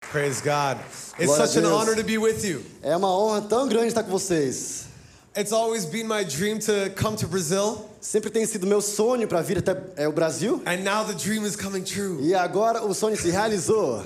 Praise God. It's Glória a such an Deus. honor to be with you. É uma honra tão grande estar com vocês. It's always been my dream to come to Brazil, Sempre tem sido meu sonho para vir até é, o Brasil. and now the dream is coming true. E agora o sonho se realizou.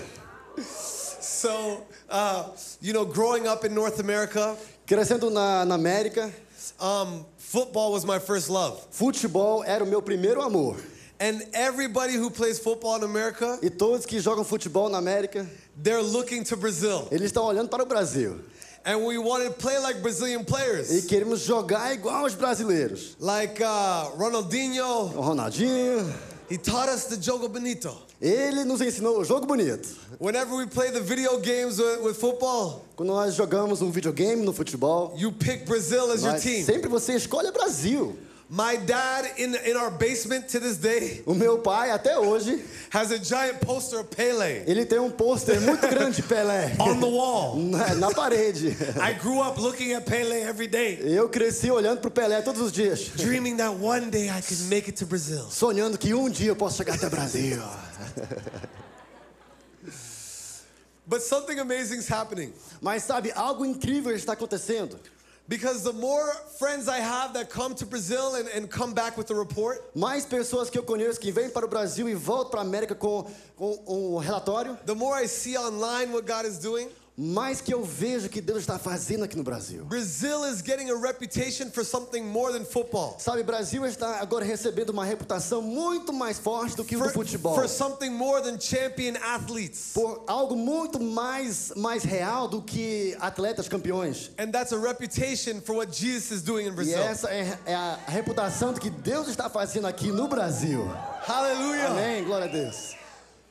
So, uh, you know, growing up in North America, Crescendo na, na América, um, football was my first love. futebol era o meu primeiro amor. And everybody who plays football in America, E todos que jogam futebol na América, they're looking to Brazil. eles estão olhando para o Brasil. And we want to play like Brazilian E players, queremos jogar igual os brasileiros. like uh, Ronaldinho. O Ronaldinho, He taught us the jogo bonito. ele nos ensinou o jogo bonito. Whenever we play the video games with, with football, Quando nós jogamos um videogame no futebol, you pick Brazil as your nós- team. sempre você escolhe o Brasil. My dad in in our basement to this day O meu pai, até hoje, has a giant poster of Pele Ele tem um pôster muito grande, Pelé. on the wall. Na, na parede. I grew up looking at Pele every day, Eu cresci olhando pro Pelé todos os dias. dreaming that one day I could make it to Brazil. Sonhando que um dia eu posso chegar até o Brasil. But something amazing is happening Mas sabe, algo incrível está acontecendo. because the more friends I have that come to Brazil and, and come back with a report, Mais pessoas que eu conheço que vêm para o Brasil e voltam para a América com, com um relatório. the more I see online what God is doing, Mais que eu vejo que Deus está fazendo aqui no Brasil. Brazil is getting a reputation for something more than football. Sabe, Brasil está agora recebendo uma reputação muito mais forte do que o For, do futebol. for something more than champion athletes. Por algo muito mais, mais real do que atletas campeões. And that's a reputation for what Jesus is doing in E Brazil. essa é, é a reputação do que Deus está fazendo aqui no Brasil. Hallelujah. Amém, glória a Deus.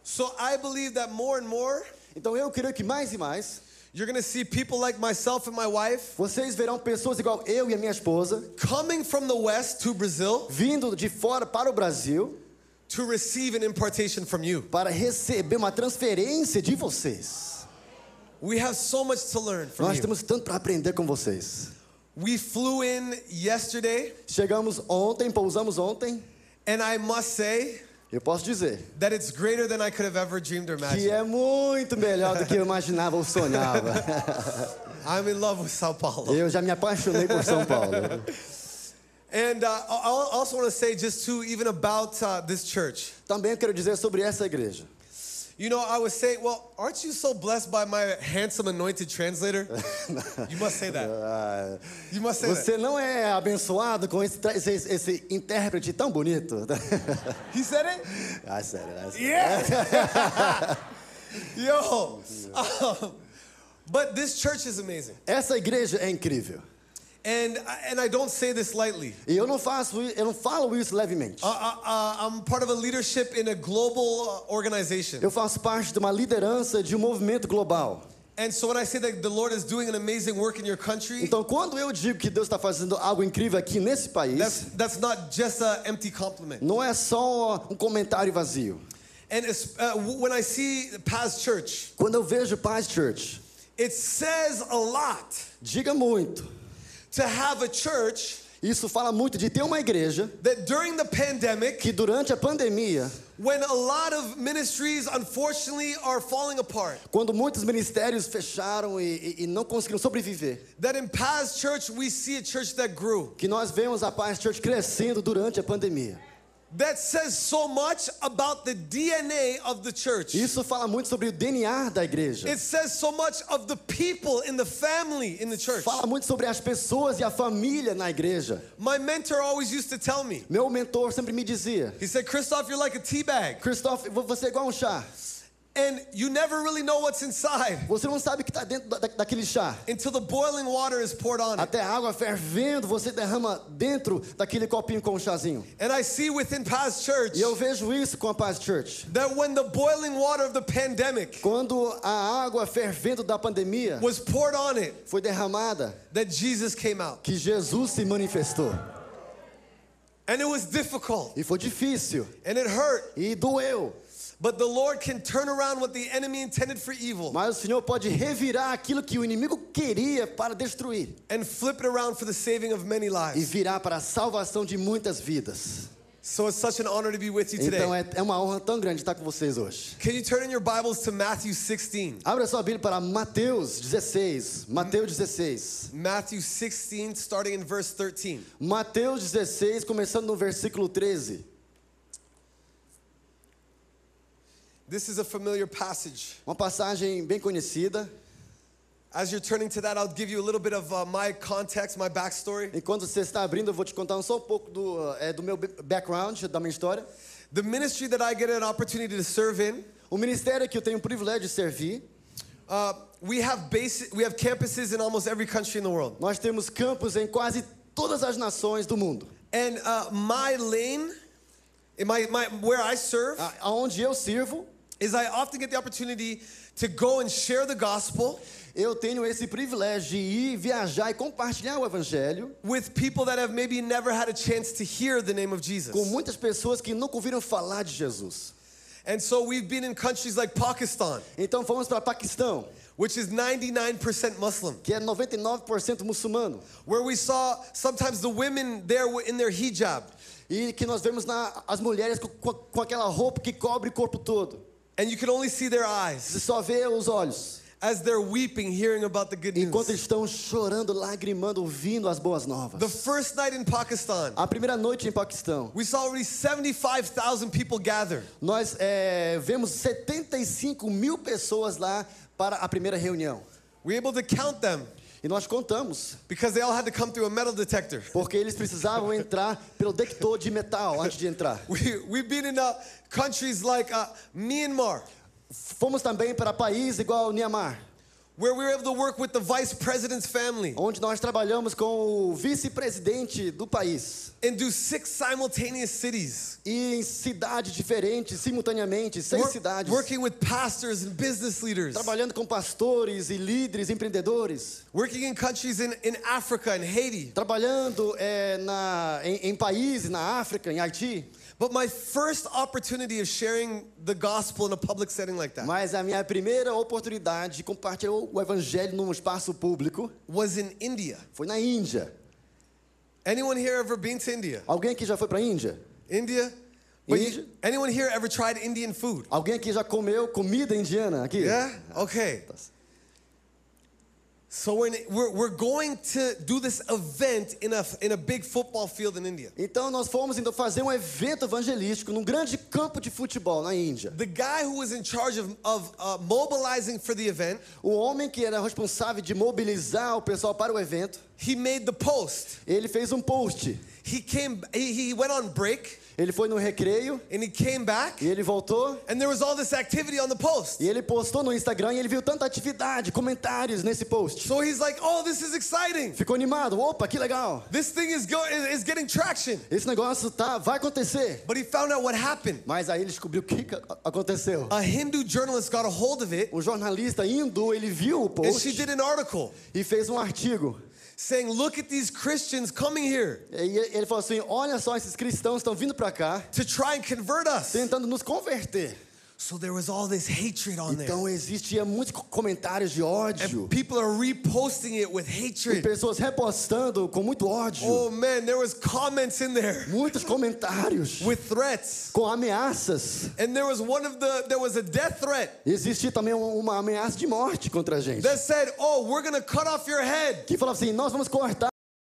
So I believe that more and more Então eu creio que mais e mais you're going to see people like myself and my wife vocês verão pessoas igual eu e a minha esposa coming from the west to Brazil vindo de fora para o Brasil to receive an impartation from you. para receber uma transferência de vocês. We have so much to learn from Nós you. temos tanto para aprender com vocês. We flew in yesterday Chegamos ontem, pousamos ontem. and I must say Eu posso dizer that it's greater than I could have ever dreamed or que imagined. é muito melhor do que eu imaginava ou sonhava. I'm in love with Sao Paulo. Eu já me apaixonei por São Paulo. And uh, I I also want to say just too even about uh, this church. Também quero dizer sobre essa igreja. You know, I would say, well, aren't you so blessed by my handsome anointed translator? you must say that. Ah, You must say that. Você não é abençoado com esse, tra- esse- esse intérprete tão bonito? He said it? ah, sério, ah, sério. Yeah. Yo. Um, but this church is amazing. Essa igreja é incrível. And, I- and I don't say this lightly. E eu não faço, i- eu não falo isso levemente. Uh, uh, uh, I'm part of a leadership in a global uh, organization. Eu faço parte de uma liderança de um movimento global. And so when I say that the Lord is doing an amazing work in your country, Então, quando eu digo que Deus está fazendo algo incrível aqui nesse that's, país, that's not just an empty compliment. não é só um comentário vazio. And it's, uh, w- when I see the past church, Quando eu vejo Paz Church, It says a lot diga muito. to have a church Isso fala muito de ter uma igreja that during the pandemic, que durante a pandemia, when a lot of ministries unfortunately are falling apart, quando muitos ministérios fecharam e- e- e não conseguiram sobreviver, that in Paz Church we see a church that grew. que nós vemos a Paz Church crescendo durante a pandemia. That says so much about the DNA of the church. Isso fala muito sobre o DNA da igreja. It says so much of the people in the family in the church. Fala muito sobre as pessoas e a família na igreja. My mentor always used to tell me, Meu mentor sempre me dizia: he said, Christoph, you're like a tea bag, Christoph, vo- você é igual um chá. and you never really know what's inside Você não sabe o que está dentro da, daquele chá. until the boiling water is poured on it. Até a água fervendo, você derrama dentro daquele copinho com o chazinho. And I see within Paz Church, E eu vejo isso com a Paz Church. that when the boiling water of the pandemic Quando a água fervendo da pandemia was poured on it, foi derramada, that Jesus came out. que Jesus se manifestou. And it was difficult E foi difícil. and it hurt, E doeu. but the Lord can turn around what the enemy intended for evil Mas o Senhor pode revirar aquilo que o inimigo queria para destruir and flip it around for the saving of many e lives. virar para a salvação de muitas vidas. So it's such an honor to be with you Então today. é, é uma honra tão grande estar com vocês hoje. Can you turn in your Bibles to Matthew 16? Abra sua Bíblia para Mateus 16. Mateus 16. Matthew 16, starting in verse 13. Mateus 16, começando no versículo 13. This is a familiar passage. Uma passagem bem conhecida. As you're turning to that, I'll give you a little bit of uh, my context, my backstory. Enquanto você está abrindo, eu vou te contar só um pouco do, eh, do meu b- background, da minha história. The ministry that I get an opportunity to serve in, O ministério que eu tenho o privilégio de servir, uh, we have base, we have campuses in almost every country in the world. nós temos campos em quase todas as nações do mundo. And uh, my lane, in my, my where I serve, A- Aonde eu sirvo, is I often get the opportunity to go and share the gospel eu tenho esse privilégio de ir viajar e compartilhar o evangelho with people that have maybe never had a chance to hear the name of com Jesus. muitas pessoas que nunca ouviram falar de Jesus. And so we've been in countries like Pakistan, Então fomos para Paquistão, which is 99% Muslim, que é 99% muçulmano, where we saw sometimes the women there were in their hijab. e que nós vemos na- as mulheres com, com- com aquela roupa que cobre o corpo todo. And you can only see their eyes Você só vê os olhos, as they're weeping, hearing about the good enquanto news. eles estão chorando, lagrimando, ouvindo as boas The novas. first night in Pakistan, A primeira noite em Paquistão, we saw already 75,000 people gather. nós eh, vemos 75 mil pessoas lá para a primeira reunião. We were able to count them E nós contamos, because they all had to come through a metal detector. porque eles precisavam entrar pelo detector de metal antes de entrar. We, we've been in uh, countries like uh, Myanmar, Fomos também para país igual ao Niamar, where we were able to work with the vice president's family onde nós trabalhamos com o vice-presidente do país. and do six simultaneous cities. E em cidades diferentes, simultaneamente, seis Wor- cidades. working with pastors and business leaders. Trabalhando com pastores e líderes, empreendedores. Working in countries in, in Africa and Haiti. Trabalhando eh, na, em, em países, na África, em Haiti. But my first opportunity of sharing the gospel in a public setting like that Mas a minha primeira oportunidade de compartilhar o o evangelho num espaço público was in India. foi na Índia. Anyone here ever been to India? Alguém aqui já foi para a Índia? India? But you- India? anyone here ever tried Indian food? Alguém aqui já comeu comida indiana aqui? Yeah? Okay. So we're, in, we're, we're going to do this event in a, in a big football field in India. Então nós fomos então fazer um evento evangelístico num grande campo de futebol na Índia. The guy who was in charge of, of uh, mobilizing for the event, O homem que era responsável de mobilizar o pessoal para o evento, he made the post. ele fez um post. He came, he, he went on break Ele foi no recreio and he came back e ele voltou and there was all this activity on the post. e ele postou no Instagram e ele viu tanta atividade, comentários nesse post. So he's like, oh, this is exciting. Ficou animado. Opa, que legal. This thing is, go- is, is getting traction. Esse negócio tá, vai acontecer. But he found out what happened. Mas aí ele descobriu o que que a- aconteceu. A Hindu journalist got a hold of it Um jornalista hindu, ele viu o and she post did an article e fez um artigo. saying, look at these Christians coming here E ele ele falou assim: olha só, esses cristãos estão vindo pra cá to try and convert us. tentando nos converter. So there was all this hatred on there. Então existia muitos co- comentários de ódio. And people are reposting it with E hatred. pessoas repostando com muito ódio. Oh man, there was comments in there Muitos comentários with threats. com ameaças. And there was one of the there was a death threat Existia também um- uma ameaça de morte contra a gente. that said, "Oh, we're going to cut off your head Que falava assim: nós vamos cortar a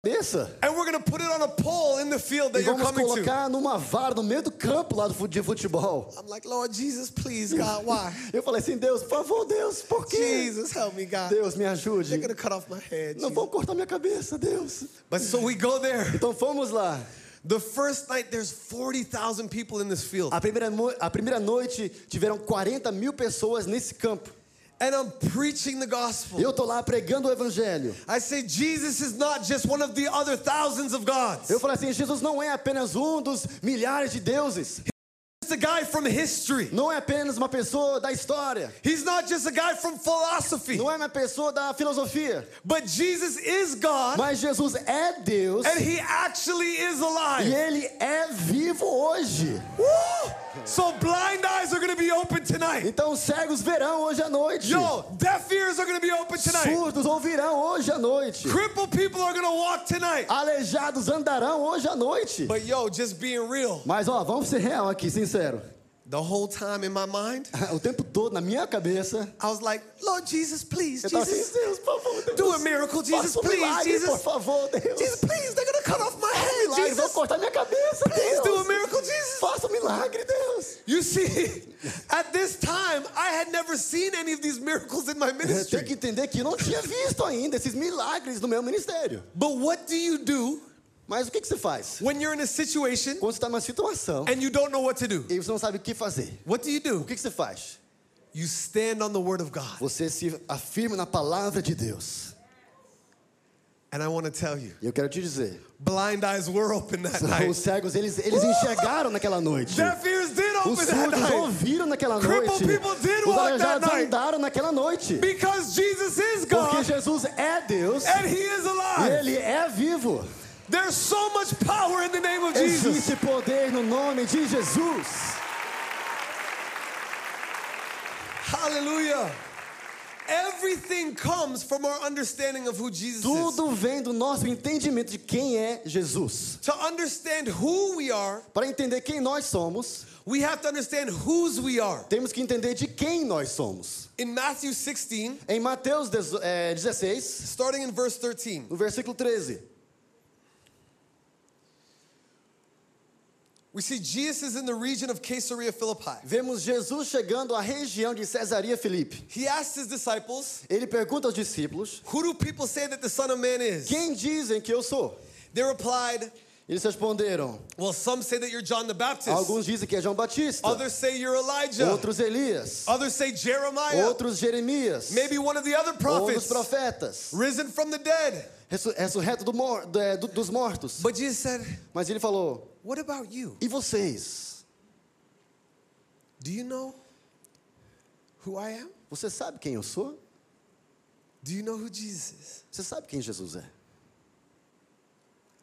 cabeça and we're going to put it on a pole in the field e that you're vamos coming to." colocar numa vara no meio do campo lá do fu- de futebol. I'm like, "Lord Jesus, please, God, why? Eu falei assim: Deus, por favor, Deus, por quê? Jesus, help me, God. Deus, me They're ajude. going to cut off my head." Não Jesus." vão cortar minha cabeça, Deus. But so we go there. Então fomos lá. The first night there's 40,000 people in this field. A primeira, mo- a primeira noite tiveram 40 mil pessoas nesse campo. And I'm preaching the gospel. Eu tô lá pregando o evangelho. I say Jesus is not just one of the other thousands of gods. Eu falei assim: Jesus não é apenas um dos milhares de deuses. He's a guy from history. Não é apenas uma pessoa da história. He's not just a guy from philosophy. Não é uma pessoa da filosofia. But Jesus is God Mas Jesus é Deus and he actually is e alive. ele é vivo hoje. Woo! So blind eyes are going to be open tonight. Então os cegos verão hoje à noite. Yo, deaf ears are going to be open tonight. Surdos ouvirão hoje à noite. Crippled people are going to walk tonight. Aleijados andarão hoje à noite. But yo, just being real, Mas ó, vamos ser real aqui, sincero. the whole time in my mind, O tempo todo na minha cabeça, I was like, Lord Jesus, please, eu tava Jesus, assim, Deus, por favor, Deus, do a miracle, Jesus, faça um please, milagre, Jesus. por favor, Deus. Jesus, please, they're going to cut off my Faz um head. milagre, vão Jesus, cortar minha cabeça, please do a Deus. miracle, Jesus. Faça um milagre, Deus. You see, at this time, I had never seen any of these miracles in my Tem que ministry. entender que eu não tinha visto ainda esses milagres no meu ministério. But what do you do Mas o que, que você faz? when you're in a situation Quando você está numa situação and you don't know what to do? e você não sabe o que fazer, What do you do? o que, que você faz? You stand on the word of God. Você se afirma na palavra de Deus. And I want to tell you, E eu quero te dizer, blind eyes were open that os night. cegos, eles, eles enxergaram naquela noite. Deaf ears did Os open that surdos night. ouviram naquela Crippled noite. people did Os walk aleijados that night. andaram naquela noite. Because Jesus is Porque God Jesus é Deus and He is e alive. Ele é vivo. There's so much power in the name of Jesus. Existe poder no nome de Jesus. Hallelujah. Everything comes from our understanding of who Jesus is. Tudo vem do nosso entendimento de quem é Jesus. To understand who we are, Para entender quem nós somos, we have to understand whose we are. temos que entender de quem nós somos. In Matthew 16, Em Mateus dezo- eh, 16, starting in verse 13, no versículo 13, we see Jesus is in the region of Caesarea Philippi. vemos Jesus chegando à região de Cesaria Filipe. He asked his disciples, Ele pergunta aos discípulos: Who do people say that the Son of Man is? Quem dizem que eu sou? They replied, Eles responderam: Well, some say that you're John the Baptist, Alguns dizem que é João Batista, others say you're Elijah, outros Elias, others say Jeremiah, outros Jeremias, maybe one of the other ou um prophets, dos profetas, risen from the dead. ressu- ressurreto do mor- do- é, do- dos mortos. But Jesus said, Mas ele falou: What about you? E vocês? Do you know who I am? Você sabe quem eu sou? Do you know who Jesus is? Você sabe quem Jesus é?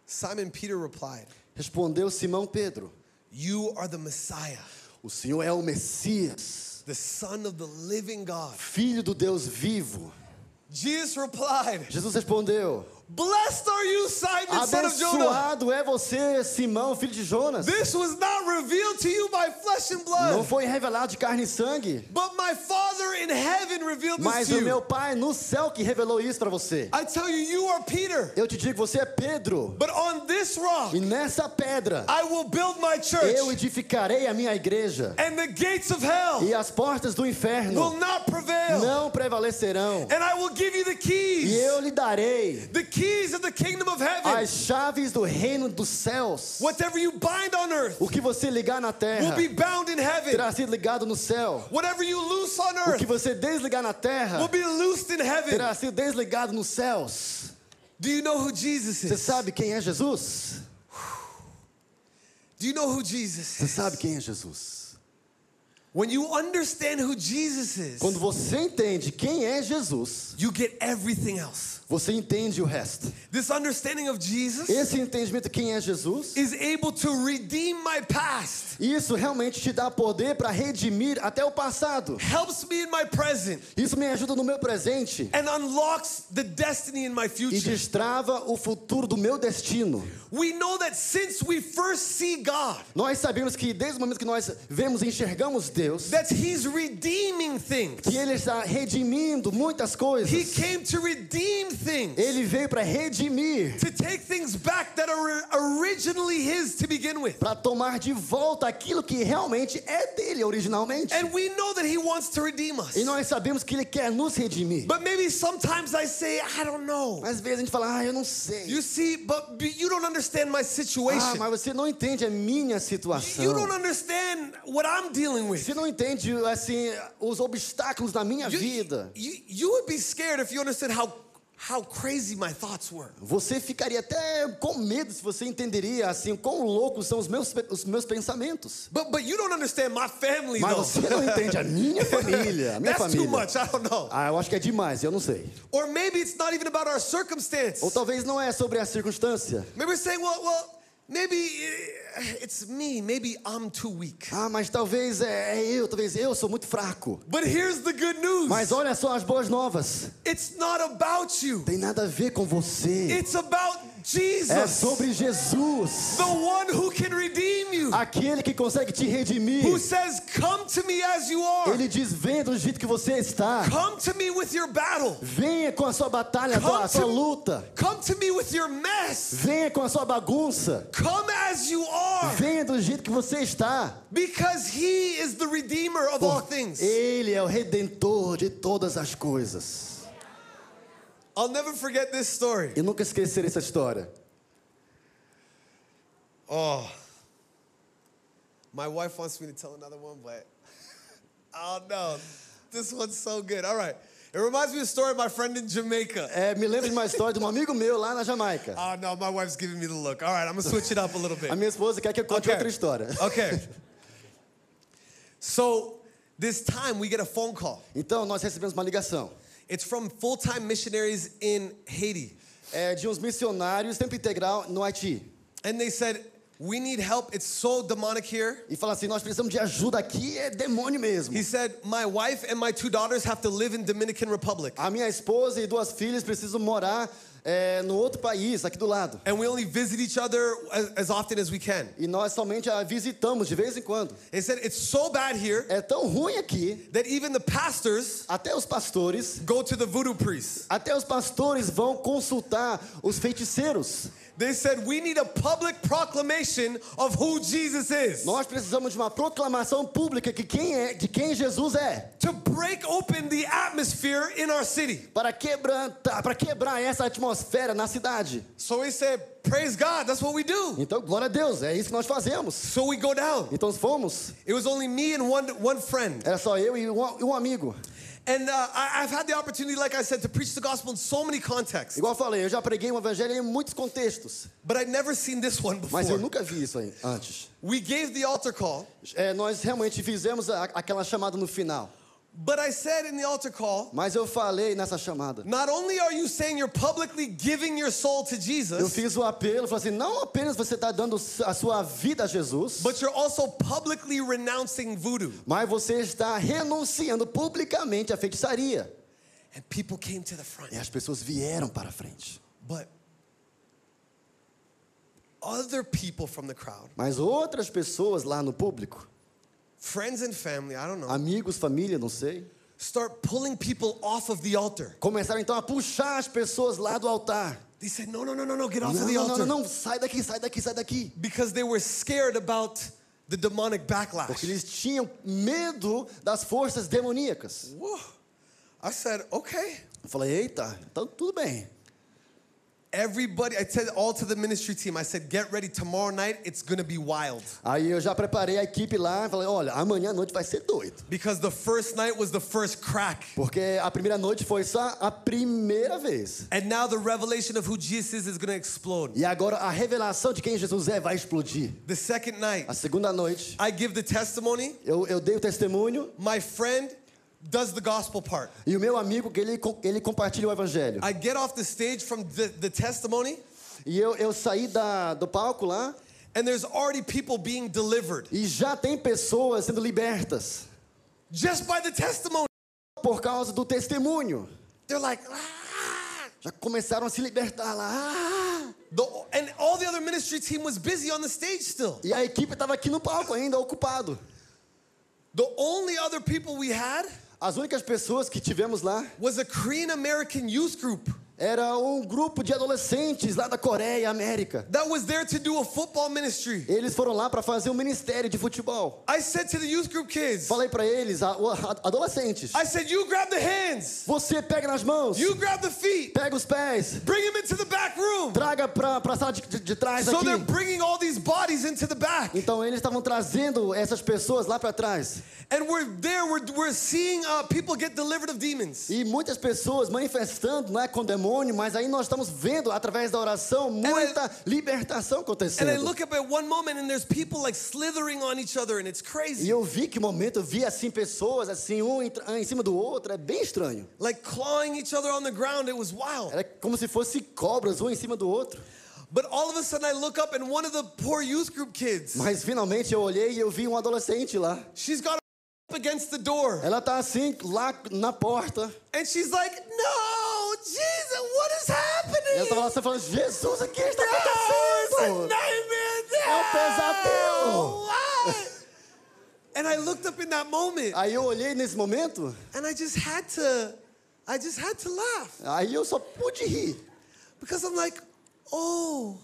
Simon Peter replied, Respondeu Simão Pedro: You are the Messiah, O Senhor é o Messias, the Son of the living God. filho do Deus vivo. Jesus replied, Jesus respondeu: Blessed are you, Simon, son of Jonah. Abençoado é você, Simão, filho de Jonas. This was not revealed to you by flesh and Não blood, foi revelado de carne e sangue, but my Father in heaven revealed this mas to o meu you. Pai no céu que revelou isso para você. I tell you, you are Peter, Eu te digo, você é Pedro, but on this rock e nessa pedra I will build my church, eu edificarei a minha igreja, and the gates of hell e as portas do will inferno not prevail, não prevalecerão. and I will give you the E keys, eu lhe darei the keys of the kingdom of heaven. as chaves do reino dos céus. Whatever you bind on earth O que você ligar na terra will be bound in heaven. terá sido ligado no céu. Whatever you loose on O que earth você desligar na will terra be loosed in heaven. terá sido desligado nos céus. Do you know who Jesus Você is? sabe quem é Jesus? Do you know who Jesus Você is? sabe quem é Jesus? When you understand who Jesus Quando is, você entende quem é Jesus, you get everything else. você entende o resto. This understanding of Jesus Esse entendimento de quem é Jesus is able to redeem my past, Isso realmente te dá poder para redimir até o passado. helps me in my present, Isso me ajuda no meu presente and unlocks the destiny in my e future. destrava o futuro do meu destino. We know that since we first see God, Nós sabemos que desde o momento que nós vemos e enxergamos Deus, that He's redeeming things. que Ele está redimindo muitas He coisas. came to redeem things. Ele veio para redimir, to take things back that are originally his to begin with. para tomar de volta aquilo que realmente é dele originalmente. And we know that he wants to redeem us. E nós sabemos que Ele quer nos redimir. But maybe sometimes I say, I don't know. Às vezes a gente fala, ah, eu não sei. You see, but b- you don't understand my Ah, situation. mas você não entende a minha é You situação. don't understand what I'm dealing with. Você não entende assim os obstáculos na minha You, vida. you, you would be scared if you understood how, how crazy my thoughts were. Você ficaria até com medo se você entenderia assim quão loucos são os meus, pe- os meus pensamentos. But, but you don't understand my family, Mas though. você não entende a minha família, a minha That's too família. much. I don't know. Ah, eu acho que é demais, eu não sei. Or maybe it's not even about our circumstance. Ou talvez não é sobre a circunstância. Maybe we're saying, well, well, Maybe eh, it's me. Maybe I'm too weak. Ah, mas talvez é, é eu, talvez eu sou muito fraco. But here's the good news. Mas olha só as boas novas. It's not about you. Tem nada a ver com você. It's about Jesus. É sobre Jesus. the one who can redeem you. Aquele que consegue te who redimir. says, "Come to me as you are. Ele diz: venha do jeito que você está. Come to me with your battle. Venha com a sua batalha, a sua, a sua luta. Come to me with your mess. Venha com a sua bagunça. Come as you are, Venha do jeito que você está. because He is the Redeemer of Oh, all things." Ele é o redentor de todas as coisas. I'll never forget this story. Eu nunca esquecerei essa história. Oh, my wife wants me to tell another one, but oh no, this one's so good. All right, it reminds me of a story of my friend in Jamaica. É, me lembro de uma história de um amigo meu lá na Jamaica. Oh no, my wife's giving me the look. All right, I'm gonna switch it up a little bit. A minha esposa quer que eu conte Okay. outra história. Okay. So this time we get a phone call. Então, nós recebemos uma ligação It's from full-time missionaries in Haiti. é, de uns missionários tempo integral no Haiti. And they said, "We need help. It's so demonic here." E fala assim: nós precisamos de ajuda aqui, é demônio mesmo. He said, "My wife and my two daughters have to live in Dominican Republic, A minha esposa e duas filhas precisam morar é, no outro país, aqui do lado. and we only visit each other as, as often as we can." E nós somente a visitamos de vez em quando. They said, "It's so bad here É tão ruim aqui, that even the pastors até os pastores, go to the voodoo priests." até os pastores vão consultar os feiticeiros. They said, "We need a public proclamation of who Jesus is Nós precisamos de uma proclamação pública que quem é, de quem Jesus é, to break open the atmosphere in our city." para quebrantar, para quebrar essa atmosfera na cidade. So we said, "Praise God, that's what we do." Então, glória a Deus, é isso que nós fazemos. So we go down. Então fomos. It was only me and one one friend. Era só eu e um, e um amigo. And uh, I, I've had the opportunity, like I said, to preach the gospel in so many contexts, Igual eu falei, eu já preguei o evangelho em muitos contextos, but I'd never seen this one before. mas eu nunca vi isso aí antes. We gave the altar call, É, nós realmente fizemos a- aquela chamada no final, but I said in the altar call, mas eu falei nessa chamada. not only are you saying you're publicly giving your soul to Eu Jesus, fiz o apelo, falei assim, não apenas você está dando a sua vida a Jesus, but you're also publicly renouncing voodoo. mas você está renunciando publicamente à feitiçaria. And people came to the front. E as pessoas vieram para a frente. But other people from the crowd, Mas outras pessoas lá no público, friends and family, I don't know, amigos, família, não sei, start pulling people off of the altar. começaram então a puxar as pessoas lá do altar. They said, no, no, no, no, no, get Não, off of the não, não, altar. não, não, sai daqui, sai daqui, sai daqui. because they were scared about the demonic Porque backlash. eles tinham medo das forças demoníacas. Whoa. I said, okay. Eu falei, eita, então tudo bem. Everybody, I said all to the ministry team, I said, get ready. Tomorrow night, it's going to be wild. Aí eu já preparei a equipe lá e falei, olha, amanhã à noite vai ser doido. Because the first night was the first crack. Porque a primeira noite foi só a primeira vez. And now the revelation of who Jesus is is going to explode. E agora a revelação de quem Jesus é vai explodir. The second night, A segunda noite, I give the testimony. eu, eu dei o testemunho My friend does the gospel part. e o meu amigo, que ele, co- ele compartilha o evangelho. I get off the stage from the, the testimony, E eu, eu saí da, do palco lá and there's already people being delivered e já tem pessoas sendo libertas just by the testimony. por causa do testemunho. They're like, ah. Já começaram a se libertar lá. Ah! The, and all the other ministry team was busy on the stage still. E a equipe estava aqui no palco ainda, ocupado. The only other people we had As únicas pessoas que tivemos lá was a Korean American youth group era um grupo de adolescentes lá da Coreia, América. that was there to do a football ministry. Eles foram lá para fazer um ministério de futebol. I said to the youth group kids, Falei para eles, a- o- a- adolescentes, I said, you grab the hands, você pega nas mãos, you grab the feet, pega os pés, bring them into the back room. traga pra, pra sala de, de- de trás So they're aqui. bringing all these bodies into the back. Então eles estavam trazendo essas pessoas lá para trás. And we're there, we're, we're seeing uh, people get delivered of demons. E muitas pessoas manifestando, não é com demônio, mas aí nós estamos vendo através da oração muita libertação And I acontecendo. look up at one moment and there's people like slithering on each other and it's E crazy. eu vi que momento, eu vi assim pessoas assim um em, em cima do outro, é bem estranho. Like clawing each other on the ground. It was wild. Era como se fosse cobras um em cima do outro. But all of a sudden, I look up and one of the poor youth group kids, Mas finalmente eu olhei e eu vi um adolescente lá. she's got her up against the door. Ela tá assim, lá na porta. And she's like, No, Jesus, what is E ela happening? tava lá você falando, Jesus, o que está No, it's a acontecendo? nightmare. É um pesadelo. No, what? And I looked up in that moment Aí eu olhei nesse momento, and I just had to, I just had to laugh. aí eu só pude rir. Because I'm like, oh,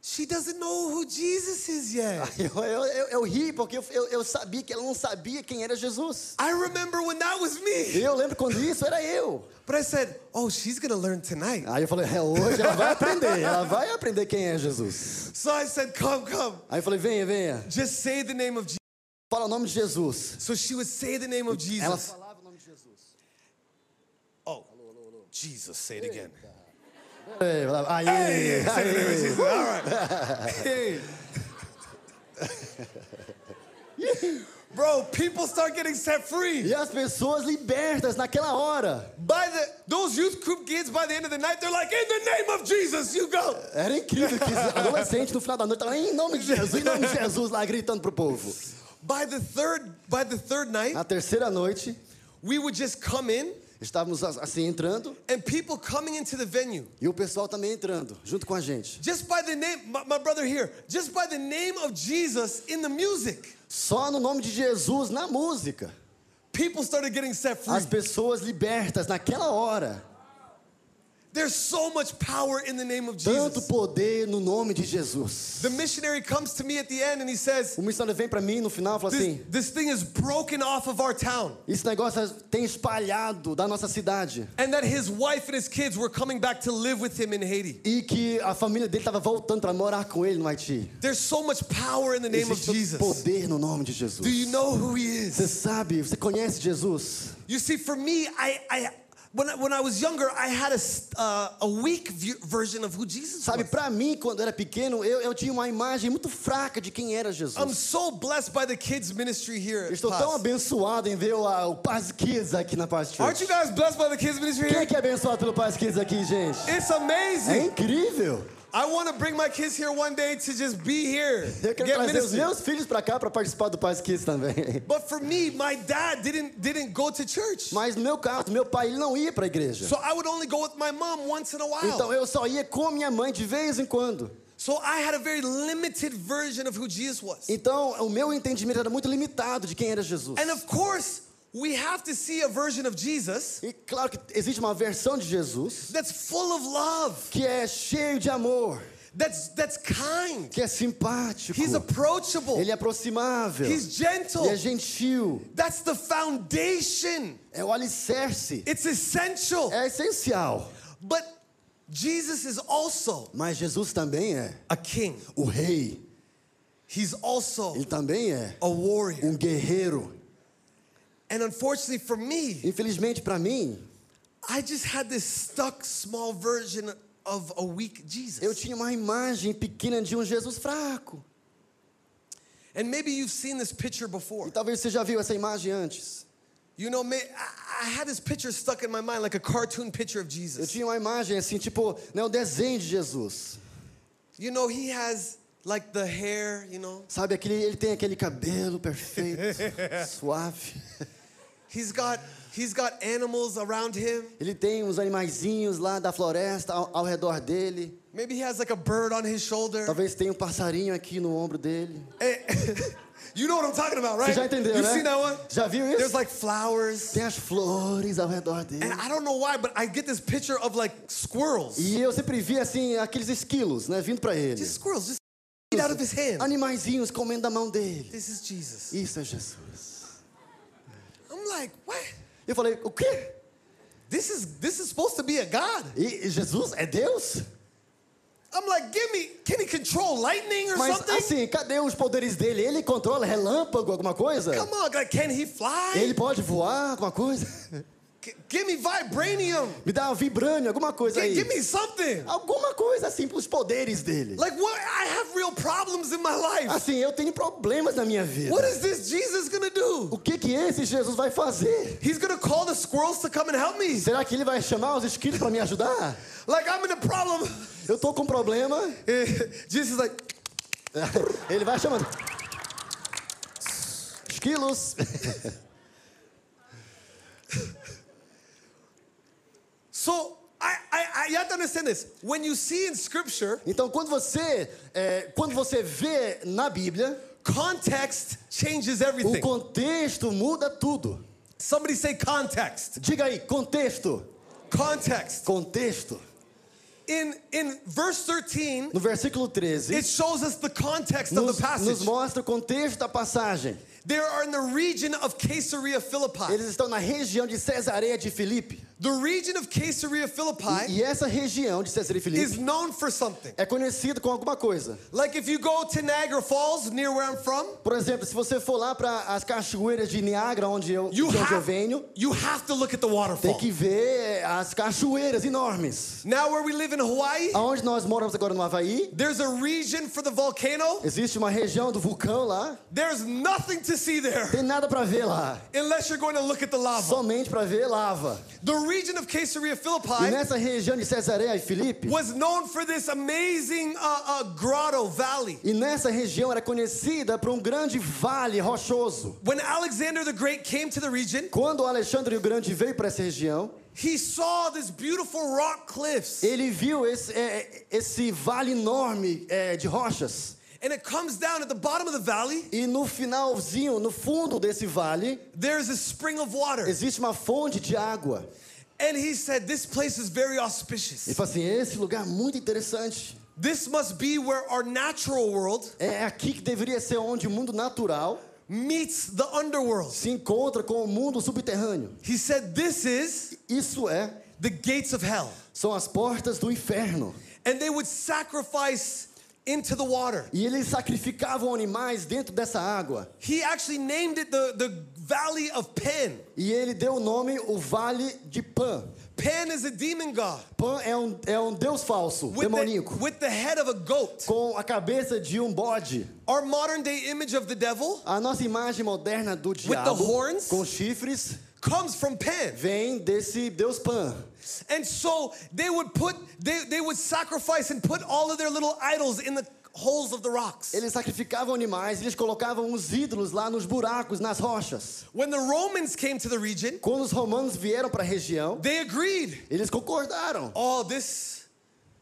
she doesn't know who Jesus is yet. Eu, eu, eu, eu ri porque eu, eu, eu sabia que ela não sabia quem era Jesus. I remember when that was me. Eu lembro quando isso era eu. But I said, oh, she's gonna learn tonight. Aí eu falei, é hoje ela vai aprender, ela vai aprender quem é Jesus. So I said, come, come. Aí eu falei, venha, venha, Just say the name of Jesus. fala o nome de Jesus. So she would say the name of Ela Jesus. falava o nome de Jesus. Oh, Jesus, say it again. Ei, falava, Aí, Hey, say the name of Jesus. All right. Hey. Bro, people start getting set free. E as pessoas libertas naquela hora. By the those youth group kids, by the end of the night, they're like, in the name of Jesus, you go. Era incrível que os adolescentes no final da noite estavam em nome de Jesus, em nome de Jesus, lá gritando pro povo. By the third, by the third night, Na terceira noite, we would just come in, estávamos assim entrando and people coming into the venue. e o pessoal também entrando, junto com a gente. Just by the name, my, my brother here, just by the name of Jesus in the music, Só no nome de Jesus, na música. people started getting set free. As pessoas libertas naquela hora. There's so much power in the name of Tanto Jesus. poder no nome de Jesus. The missionary comes to me at the end and he says, O missionário vem pra mim no final e fala this, assim: this thing is broken off of our town. Esse negócio tem espalhado da nossa cidade. And that his wife and his kids were coming back to live with him in Haiti. E que a família dele estava voltando pra morar com ele no Haiti. There's so much power in the name of Existe Jesus. poder no nome de Jesus. Do you know who he is? Você sabe, você conhece Jesus? You see, for me, I, I when I, when I was younger, I had a s- uh, a weak view, version of who Jesus Sabe, was. pra mim, quando eu era pequeno, eu, eu tinha uma imagem muito fraca de quem era I'm Jesus. so blessed by the kids ministry here. Eu At estou tão Paz. abençoado em ver o, a- o Paz Kids aqui na Paz Aren't you Church. guys blessed by the kids ministry Quem é here? que é abençoado pelo Paz Kids aqui, gente? It's É amazing. incrível. I want to bring my kids here one day to just be here, Eu quero get trazer os ministry. meus filhos pra cá pra participar do Paz Kids também. But for me, my dad didn't didn't go to church, Mas no meu caso, meu pai ele não ia pra igreja. so I would only go with my mom once in a Então while. eu só ia com a minha mãe de vez em quando. So I had a very limited version of who Jesus was. Então o meu entendimento era muito limitado de quem era Jesus. And of course, we have to see a version of Jesus E claro que existe uma versão de Jesus that's full of love. que é cheio de amor, that's that's kind. que é simpático, He's approachable. ele é aproximável, He's ele gentle. é gentil, That's the foundation. é o alicerce, It's essential. é essencial. But Jesus is also Mas Jesus também é a king. o rei, He's also ele também é a warrior. um guerreiro. And unfortunately for me, Infelizmente pra mim, I just had this stuck small version of a weak eu Jesus. tinha uma imagem pequena de um Jesus fraco. And maybe you've seen this picture before. E talvez você já viu essa imagem antes. You know, may, I, I had this picture stuck in my mind like a cartoon picture of Eu Jesus. tinha uma imagem assim, tipo, né, o desenho de Jesus. You know, he has like the hair, you know, Sabe, aquele, ele tem aquele cabelo perfeito, suave. He's got he's got animals around him. Ele tem uns animaizinhos lá da floresta ao, ao redor dele. Maybe he has like a bird on his shoulder. Talvez tenha um passarinho aqui no ombro dele. Eh, you know what I'm talking about, right? Você já entendeu, You've né? seen that one? Já viu isso? There's like flowers. Tem as flores ao redor dele. And I don't know why, but I get this picture of like squirrels. E eu sempre vi, assim, aqueles esquilos, né, vindo pra ele. Just squirrels, just eat out of his hand. Animaizinhos comendo da mão dele. This is Jesus. Isso é Jesus. I'm like, what? Eu falei, o quê? This is this is supposed to be a God. E e Jesus é Deus? I'm like, give me, can he control lightning or Mas something? assim, cadê os poderes dele? Ele controla relâmpago, alguma coisa? Come on, like, can he fly? Ele pode voar, alguma coisa? G- give me vibranium. Me dá um vibrânio, alguma coisa G- aí. give me something. Alguma coisa assim, pros poderes dele. Like what? I have real problems in my life. Assim, eu tenho problemas na minha vida. What is this Jesus gonna do? O que que esse Jesus vai fazer? He's gonna call the squirrels to come and help me. Será que ele vai chamar os esquilos para me ajudar? Like I'm in a problem. Eh, Eu tô com um problema. Jesus is like, Ele vai chamando. Esquilos. so I, I, I you have to understand this. When you see in scripture, Então, quando você, é, quando você vê na Bíblia, context changes o everything. contexto muda tudo. Somebody say context. Diga aí, contexto. Context. Contexto. In in verse 13, No versículo 13, it shows us the context of nos, the nos passage. mostra o contexto da passagem. They are in the region of Caesarea Philippi. Eles estão na região de Cesareia de Filipe. The region of Caesarea E, Philippi e essa região de Cesareia de is Filipe known for something. é conhecida com alguma coisa. Like if you go to Niagara Falls, near where I'm from, Por exemplo, se você for lá para as cachoeiras de Niágara, onde eu, de you onde eu have, venho, you have to look at the tem waterfall. que ver eh, as cachoeiras enormes. Now where we live in Hawaii, Aonde nós moramos agora no Havaí, there's a region for the volcano. existe uma região do vulcão lá. There's nothing to see there Tem nada para ver lá, unless you're going to look at the lava. somente para ver lava. The region of Caesarea E Philippi nessa região de Cesareia e Filipe, was known for this amazing uh, uh, grotto valley. e nessa região era conhecida por um grande vale rochoso. When Alexander the Great came to the region, Quando Alexandre o Grande veio para essa região, he saw this beautiful rock cliffs, ele viu esse, é, esse vale enorme é, de rochas. and it comes down at the bottom of the valley. E no finalzinho, no fundo desse vale, There's a spring of water, existe uma fonte de água. and he said, "This place is very Ele auspicious. fala assim: esse lugar é muito interessante. This must be where our natural world É aqui que deveria ser onde o mundo natural meets the underworld." se encontra com o mundo subterrâneo. He said, "This is Isso é, the gates of hell." são as portas do inferno. And they would sacrifice into the water. E eles sacrificavam animais dentro dessa água. He actually named it the, the Valley of Pan. E ele deu o nome o Vale de Pan. Pan is a demon god Pan é um, é um deus falso, with the, demoníaco, with the head of a goat. com a cabeça de um bode. Our modern day image of the devil A nossa imagem moderna do diabo the horns? com chifres comes from Pan. vem desse deus Pan. And so they would put they, they would sacrifice and put all of their little idols in the holes of the rocks. Eles sacrificavam animais, eles colocavam os ídolos lá nos buracos, nas rochas. When the Romans came to the region, Quando os romanos vieram para a região, they agreed. eles concordaram. Oh, this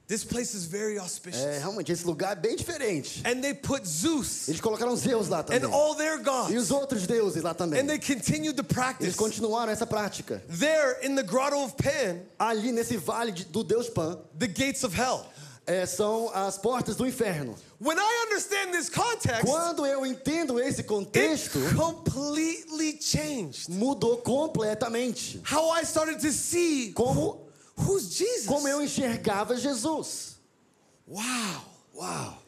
this place is very É, auspicious. realmente, esse lugar é bem diferente. And they put Zeus Eles colocaram Zeus lá and também. all their E gods. os outros deuses lá também. And they continued the Eles practice. continuaram essa prática. There in the grotto of Pan, Ali nesse vale de- do deus Pan the gates of hell. é, são as portas do inferno. When I understand this context, Quando eu entendo esse it contexto, completely changed mudou completamente. how I started to see Como, who's Jesus. como eu enxergava Jesus. Wow. Uau!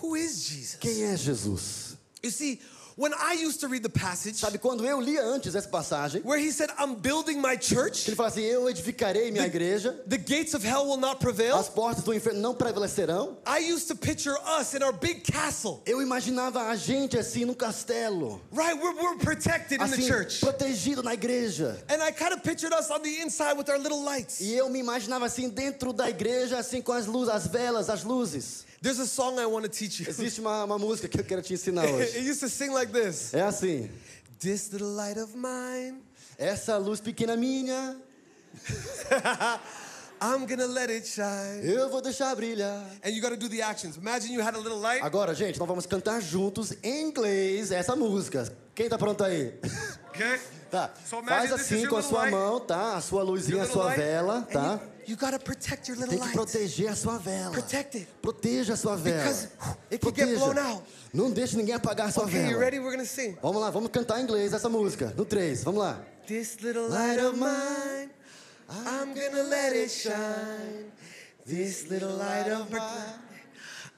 Who is Jesus? Quem é Jesus? You see, when I used to read the passage Sabe, quando eu li antes essa passagem, where he said, I'm building my church, ele fala assim: Eu edificarei minha igreja, the gates of hell will not prevail. as portas do inferno não prevalecerão. I used to picture us in our big castle, Eu imaginava a gente assim no castelo, right? We're, we're protected in the assim, church. protegido na igreja. And I kind of pictured us on the inside with our little lights. E eu me imaginava assim dentro da igreja, assim com as luzes, as velas, as luzes. There's a song I want to teach you. Existe uma, uma música que eu quero te ensinar hoje. It used to sing like this É assim. This little light of mine, Essa luz pequena minha, I'm gonna let it shine. eu vou deixar brilhar. And you gotta do the actions. Imagine you had a little light. Agora, gente, nós vamos cantar juntos em inglês essa música. Quem tá pronto aí? Okay? Tá. So imagine Faz this is assim your com a little sua light. mão, tá? A sua luzinha, Your a little sua light. vela, And tá? you- You gotta protect your little Tem que light. proteger a sua vela. Protect it. Proteja a sua vela. Because it can get blown Proteja. out. Não deixe ninguém apagar a sua Okay, you vela. ready? We're gonna sing. Vamos lá, vamos cantar em inglês essa música. No 3, vamos lá. This little Light light of of mine, I'm gonna let it shine. This little light of mine,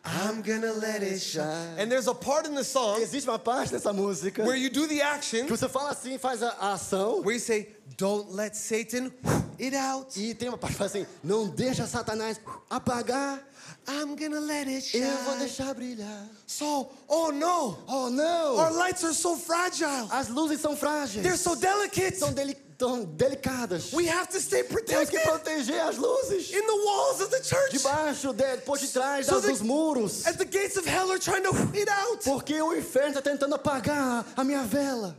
I'm gonna let it shine. And there's a part in the song Existe uma parte dessa música where you do the action, que você fala assim, faz a, a ação, where you say, Don't let Satan it out. e tem uma parte que fala assim, não deixa Satanás apagar, I'm gonna let it shine. eu vou deixar brilhar. So, oh no, Oh, our não! lights are so fragile. As luzes são They're frágeis, so delicate. são deli- tão delicadas. We have to stay Temos que protected proteger as luzes. in the walls of the church Debaixo, de, por detrás So das- the- dos muros. as the gates of hell are trying to it out. Porque o inferno está tentando apagar a minha vela.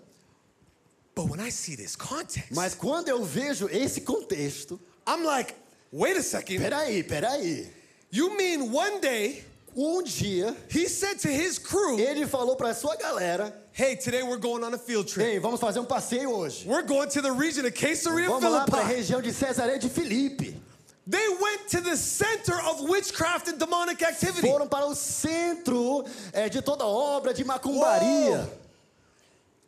But when I see this context, Mas quando eu vejo esse contexto, I'm like, wait a second. peraí, peraí. You mean one day Um dia, he said to his crew, ele falou para sua galera, hey, today we're going on a field trip. ei, vamos fazer um passeio hoje. We're going to the region of Caesarea Vamos lá para a Philippi. região de Cesareia de Filipe. They went to the center of witchcraft and demonic activity. Foram para o centro eh, de toda obra de macumbaria.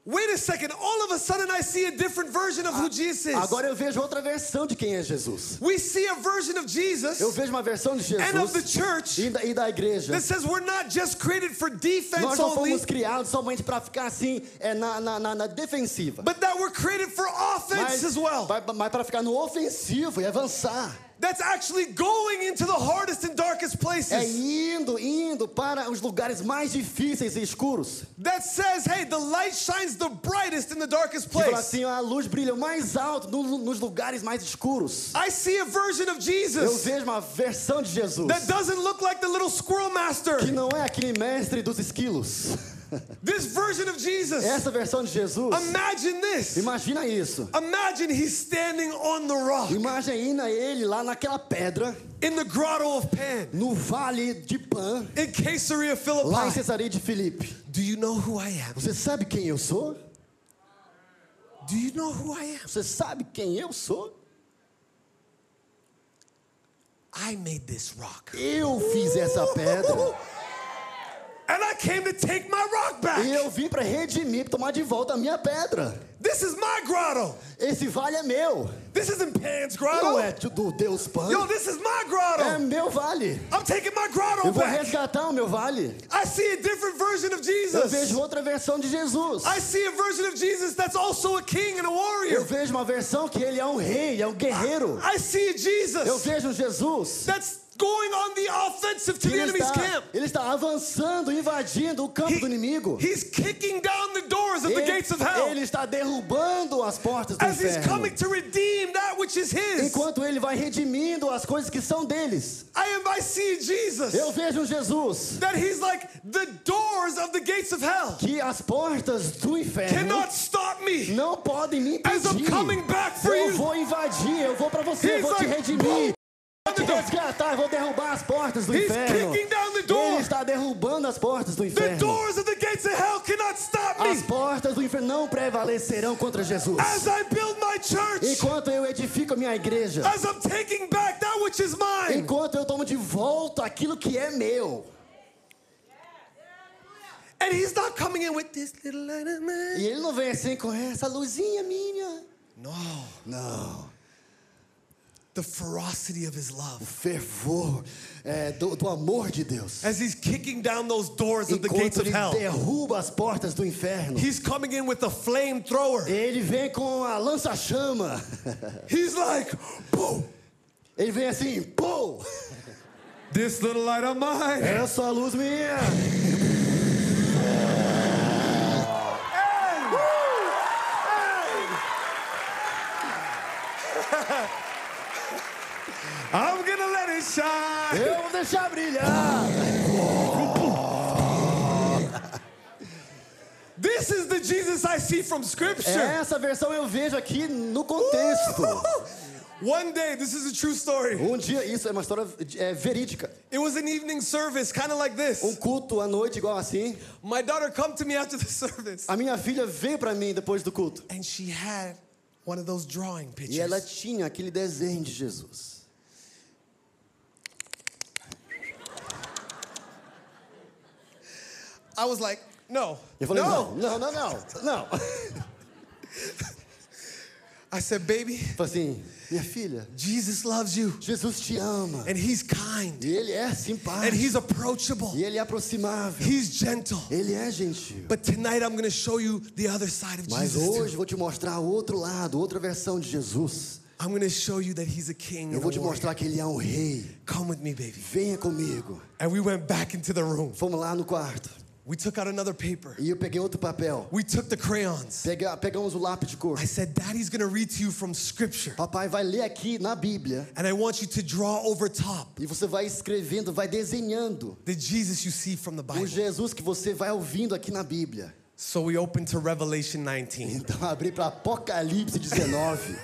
Wait a second. All of a sudden, I see a different version of who Jesus is. Agora eu vejo outra versão de quem é Jesus. We see a version of Jesus Eu vejo uma versão de and of the Jesus church e da, e da igreja. that says we're not just created for Nós defense não only, fomos criados somente para ficar assim é, na, na, na- na defensiva. but that we're created for offense as well. para ficar no ofensivo e avançar. That's actually going into the hardest and darkest É places. indo, indo para os lugares mais difíceis e escuros. That says, hey, the light shines the brightest in the darkest Que fala place. assim, a luz brilha mais alto no- nos lugares mais escuros. I see a version of Eu Jesus vejo uma versão de Jesus that doesn't look like the little squirrel master. que não é aquele mestre dos esquilos. This version of Jesus. Essa versão de Jesus, Imagine this. imagina isso. Imagine he's standing on the rock Imagina ele lá naquela pedra, in the grotto of Pan no vale de Pan, in Caesarea lá em Philippi. Cesareia de Filipe. Do you know who I am? Você sabe quem eu sou? Do you know who I am? Você sabe quem eu sou? I made this rock. Eu fiz essa pedra. And I came to take my rock E back. eu vim para redimir, pra tomar de volta a minha pedra. This is my grotto. Esse vale é meu. This isn't Pan's Não é grotto. do Deus Pan. Yo, this is my É grotto. meu vale. I'm taking my Eu grotto vou back. resgatar o meu vale. I see a different version of Eu vejo Jesus. outra versão de Jesus. I see a version of Jesus that's also a king and a Eu warrior. vejo uma versão que ele é um rei, é um guerreiro. I see a Eu Jesus vejo um Jesus. that's going on the offensive to the Ele enemy's está, camp. ele está avançando, invadindo o campo He- do inimigo. He's kicking down the doors of the gates of Ele, hell ele está derrubando as portas do as he's inferno. coming to redeem that which is his. Enquanto ele vai redimindo as coisas que são deles. I am I see Eu Jesus vejo um Jesus that he's like the doors of the gates of hell que as portas do inferno cannot stop me não podem me as I'm impedir. coming back for Eu you. vou invadir, eu vou pra você, eu He's vou te like, redimir. Vou te the door. resgatar, eu vou derrubar as portas do He's inferno. kicking down the door. Ele está derrubando as portas do The inferno. doors of the gates of hell cannot stop As me portas do inferno não prevalecerão contra Jesus. as I build my church, Enquanto eu edifico a minha igreja, as I'm taking back that which is mine. enquanto eu tomo de volta aquilo que é meu. And he's not coming in with this little light of mine. E ele não vem assim com essa luzinha minha. No, Não. the ferocity of his love Fervor é, do, do amor de Deus. as he's kicking down those doors of the gates Enquanto of ele hell. derruba as portas do inferno. He's coming in with a flamethrower. Ele vem com a lança-chama. He's like, boom, Ele vem assim, pô! this little light of mine. Essa é a luz minha! I'm gonna let it shine. Eu vou deixar brilhar! This is the Jesus I see from Scripture. Essa versão eu vejo aqui no contexto. One day, this is a true story. Um dia, isso é uma história é, verídica. It was an evening service, kind of like Um this. culto à noite igual assim. My daughter come to me after the service, A minha filha veio pra mim depois do culto. and she had one of those drawing pictures. E ela tinha aquele desenho de Jesus. I was like, no, Eu falei, no. não, não, não, não. não. Eu I said, baby, falei assim, Minha filha, Jesus loves you, Jesus te ama. and He's kind, E ele é and simpático. He's approachable, E ele é aproximável. He's gentle. Ele é gentil. But tonight I'm going to show you the other side of Mas Jesus. too. hoje vou te mostrar outro lado, outra versão de Jesus. I'm going to show you that He's a king. Eu And a vou te warrior. mostrar que ele é um rei. Come with me, baby. Venha comigo. And we went back into the room. Fomos lá no quarto. We took out another paper. E eu peguei outro papel. We took the crayons. Pega- pegamos o lápis de cor. I said, Daddy's going to read to you from Scripture, Papai vai ler aqui na Bíblia. and I want you to draw over top E você vai escrevendo, vai desenhando the Jesus you see from the o Bible. Jesus que você vai ouvindo aqui na Bíblia. So we opened to Revelation 19. Então abri para Apocalipse 19.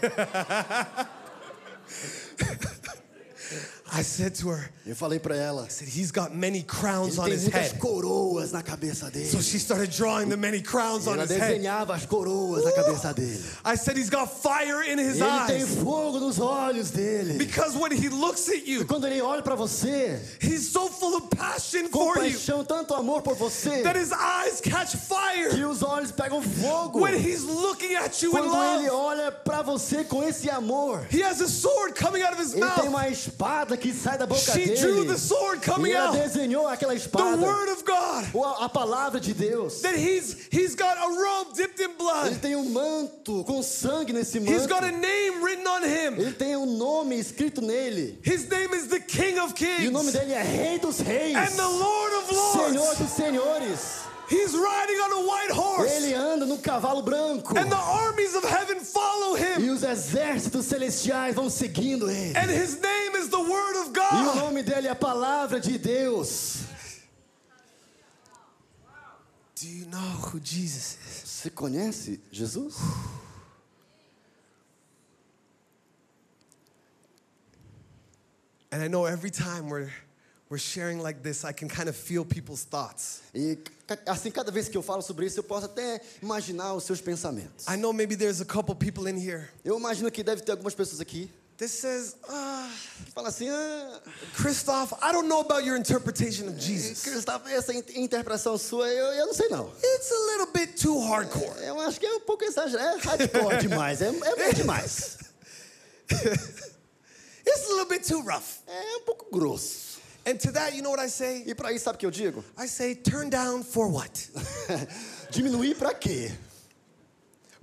I said to her, Eu falei para ela. I said, He's got many crowns Ele on tem his muitas head. coroas na cabeça So dele. she started drawing the many crowns on Ela his head. desenhava as coroas na cabeça dele. I said, He's got fire in his Ele tem eyes. fogo nos olhos dele. Because when he looks at you, Quando ele olha para você, he's so full of passion for you compaixão, tanto amor por você, that his eyes catch fire. que os olhos pegam fogo. When he's looking at you in Quando love, ele olha para você com esse amor, he has a sword coming out of his ele tem mouth. uma espada que sai da boca She drew the dele. sword E coming ela out. desenhou aquela The espada, word of God. ou a a palavra de Deus. That he's he's got a robe dipped in Ele blood. tem um manto com sangue nesse He's got a manto. name written on him. Ele tem um nome escrito nele. His name is the King of E o Kings nome dele é Rei dos Reis, and the Lord of Senhor Lords. dos Senhores. He's riding on a white horse, Ele anda num cavalo branco. and the armies of heaven follow E him. os exércitos celestiais vão seguindo ele. And his name is the Word of E o God. nome dele é a palavra de Deus. Do you know who Jesus is? Você conhece Jesus? And I know every time we're we're sharing like this, I can kind of feel people's thoughts. E ca- assim, cada vez que eu falo sobre isso, eu posso até imaginar os seus pensamentos. I know maybe there's a couple people in here Eu imagino que deve ter algumas pessoas aqui that says, ah, que falam assim: ah, Christoph, I don't know about your interpretation of Jesus. Gustavo, essa in- interpretação sua, eu, eu não sei não. It's a little bit too hardcore. Eu acho que é um pouco exagerado, é hardcore demais, é, é, é demais. It's a little bit too rough. É um pouco grosso. And to that, you know what I say? E pra isso, sabe o que eu digo? I say, turn down for what? Diminuir pra quê?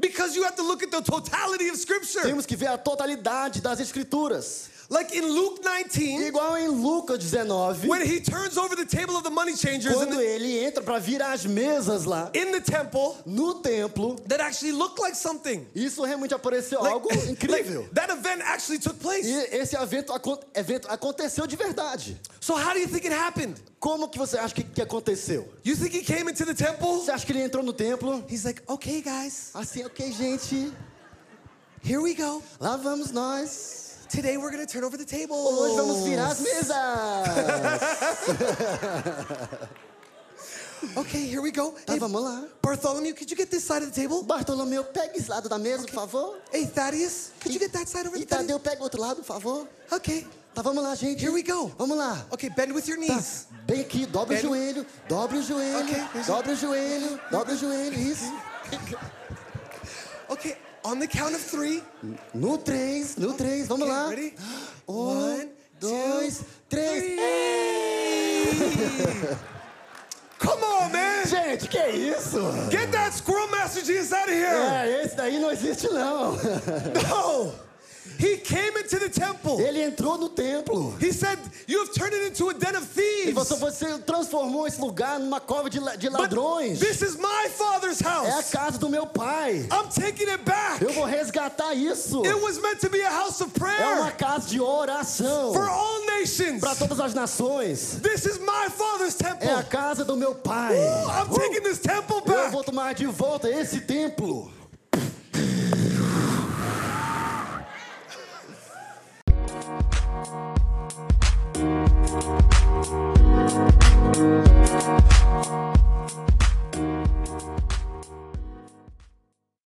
Because you have to look at the totality of Scripture. Temos que ver a totalidade das escrituras. Like in Luke 19, Igual em Lucas 19, when he turns over the table of the money changers in quando the, ele entra pra virar as mesas lá in the temple, no templo, that actually looked like something. isso realmente apareceu Like- algo like, incrível. that event actually took E place. esse evento, acon- evento aconteceu de verdade. So, how do you think it happened? Como que você acha que, que aconteceu? You think he came into the temple? Você acha que ele entrou no templo? He's like, okay, guys, Assim, ok, gente, here we go. lá vamos nós. Today we're gonna turn over the table. Hoje Oh, vamos virar as mesas. Okay, here we go. Tá, Hey, vamos lá. Bartholomew, could you get this side of the table? Bartolomeu, pega esse lado da mesa, por favor. Hey, Thaddeus, could you get that side over E the table? Tadeu, pega o outro lado, por favor. Okay. Tá, vamos lá, gente. Então, Here we go. Vamos lá. Okay, bend with your Tá, knees. bem aqui, dobra o Pera- joelho, dobra o joelho, Ok, isso. dobra o joelho, dobra o joelho, isso. Okay, on the count of three. No três, no três, vamos Okay, lá. ready? Um, One, dois, two, três. three. Ei! Come on, man! Gente, que isso? Get that squirrel master Jesus out of here! É, esse daí não existe não. No! He came into the temple. Ele entrou no templo. He said, You have turned it into a den of E thieves. você, você transformou esse lugar numa cova de, la- de But ladrões. This is my father's É a house. casa do meu pai. I'm taking it back. Eu vou resgatar isso. It was meant to be a house of É uma prayer casa de oração for all nations. para todas as nações. This is my father's É a temple. casa do meu pai. I'm taking this temple Eu back. vou tomar de volta esse templo.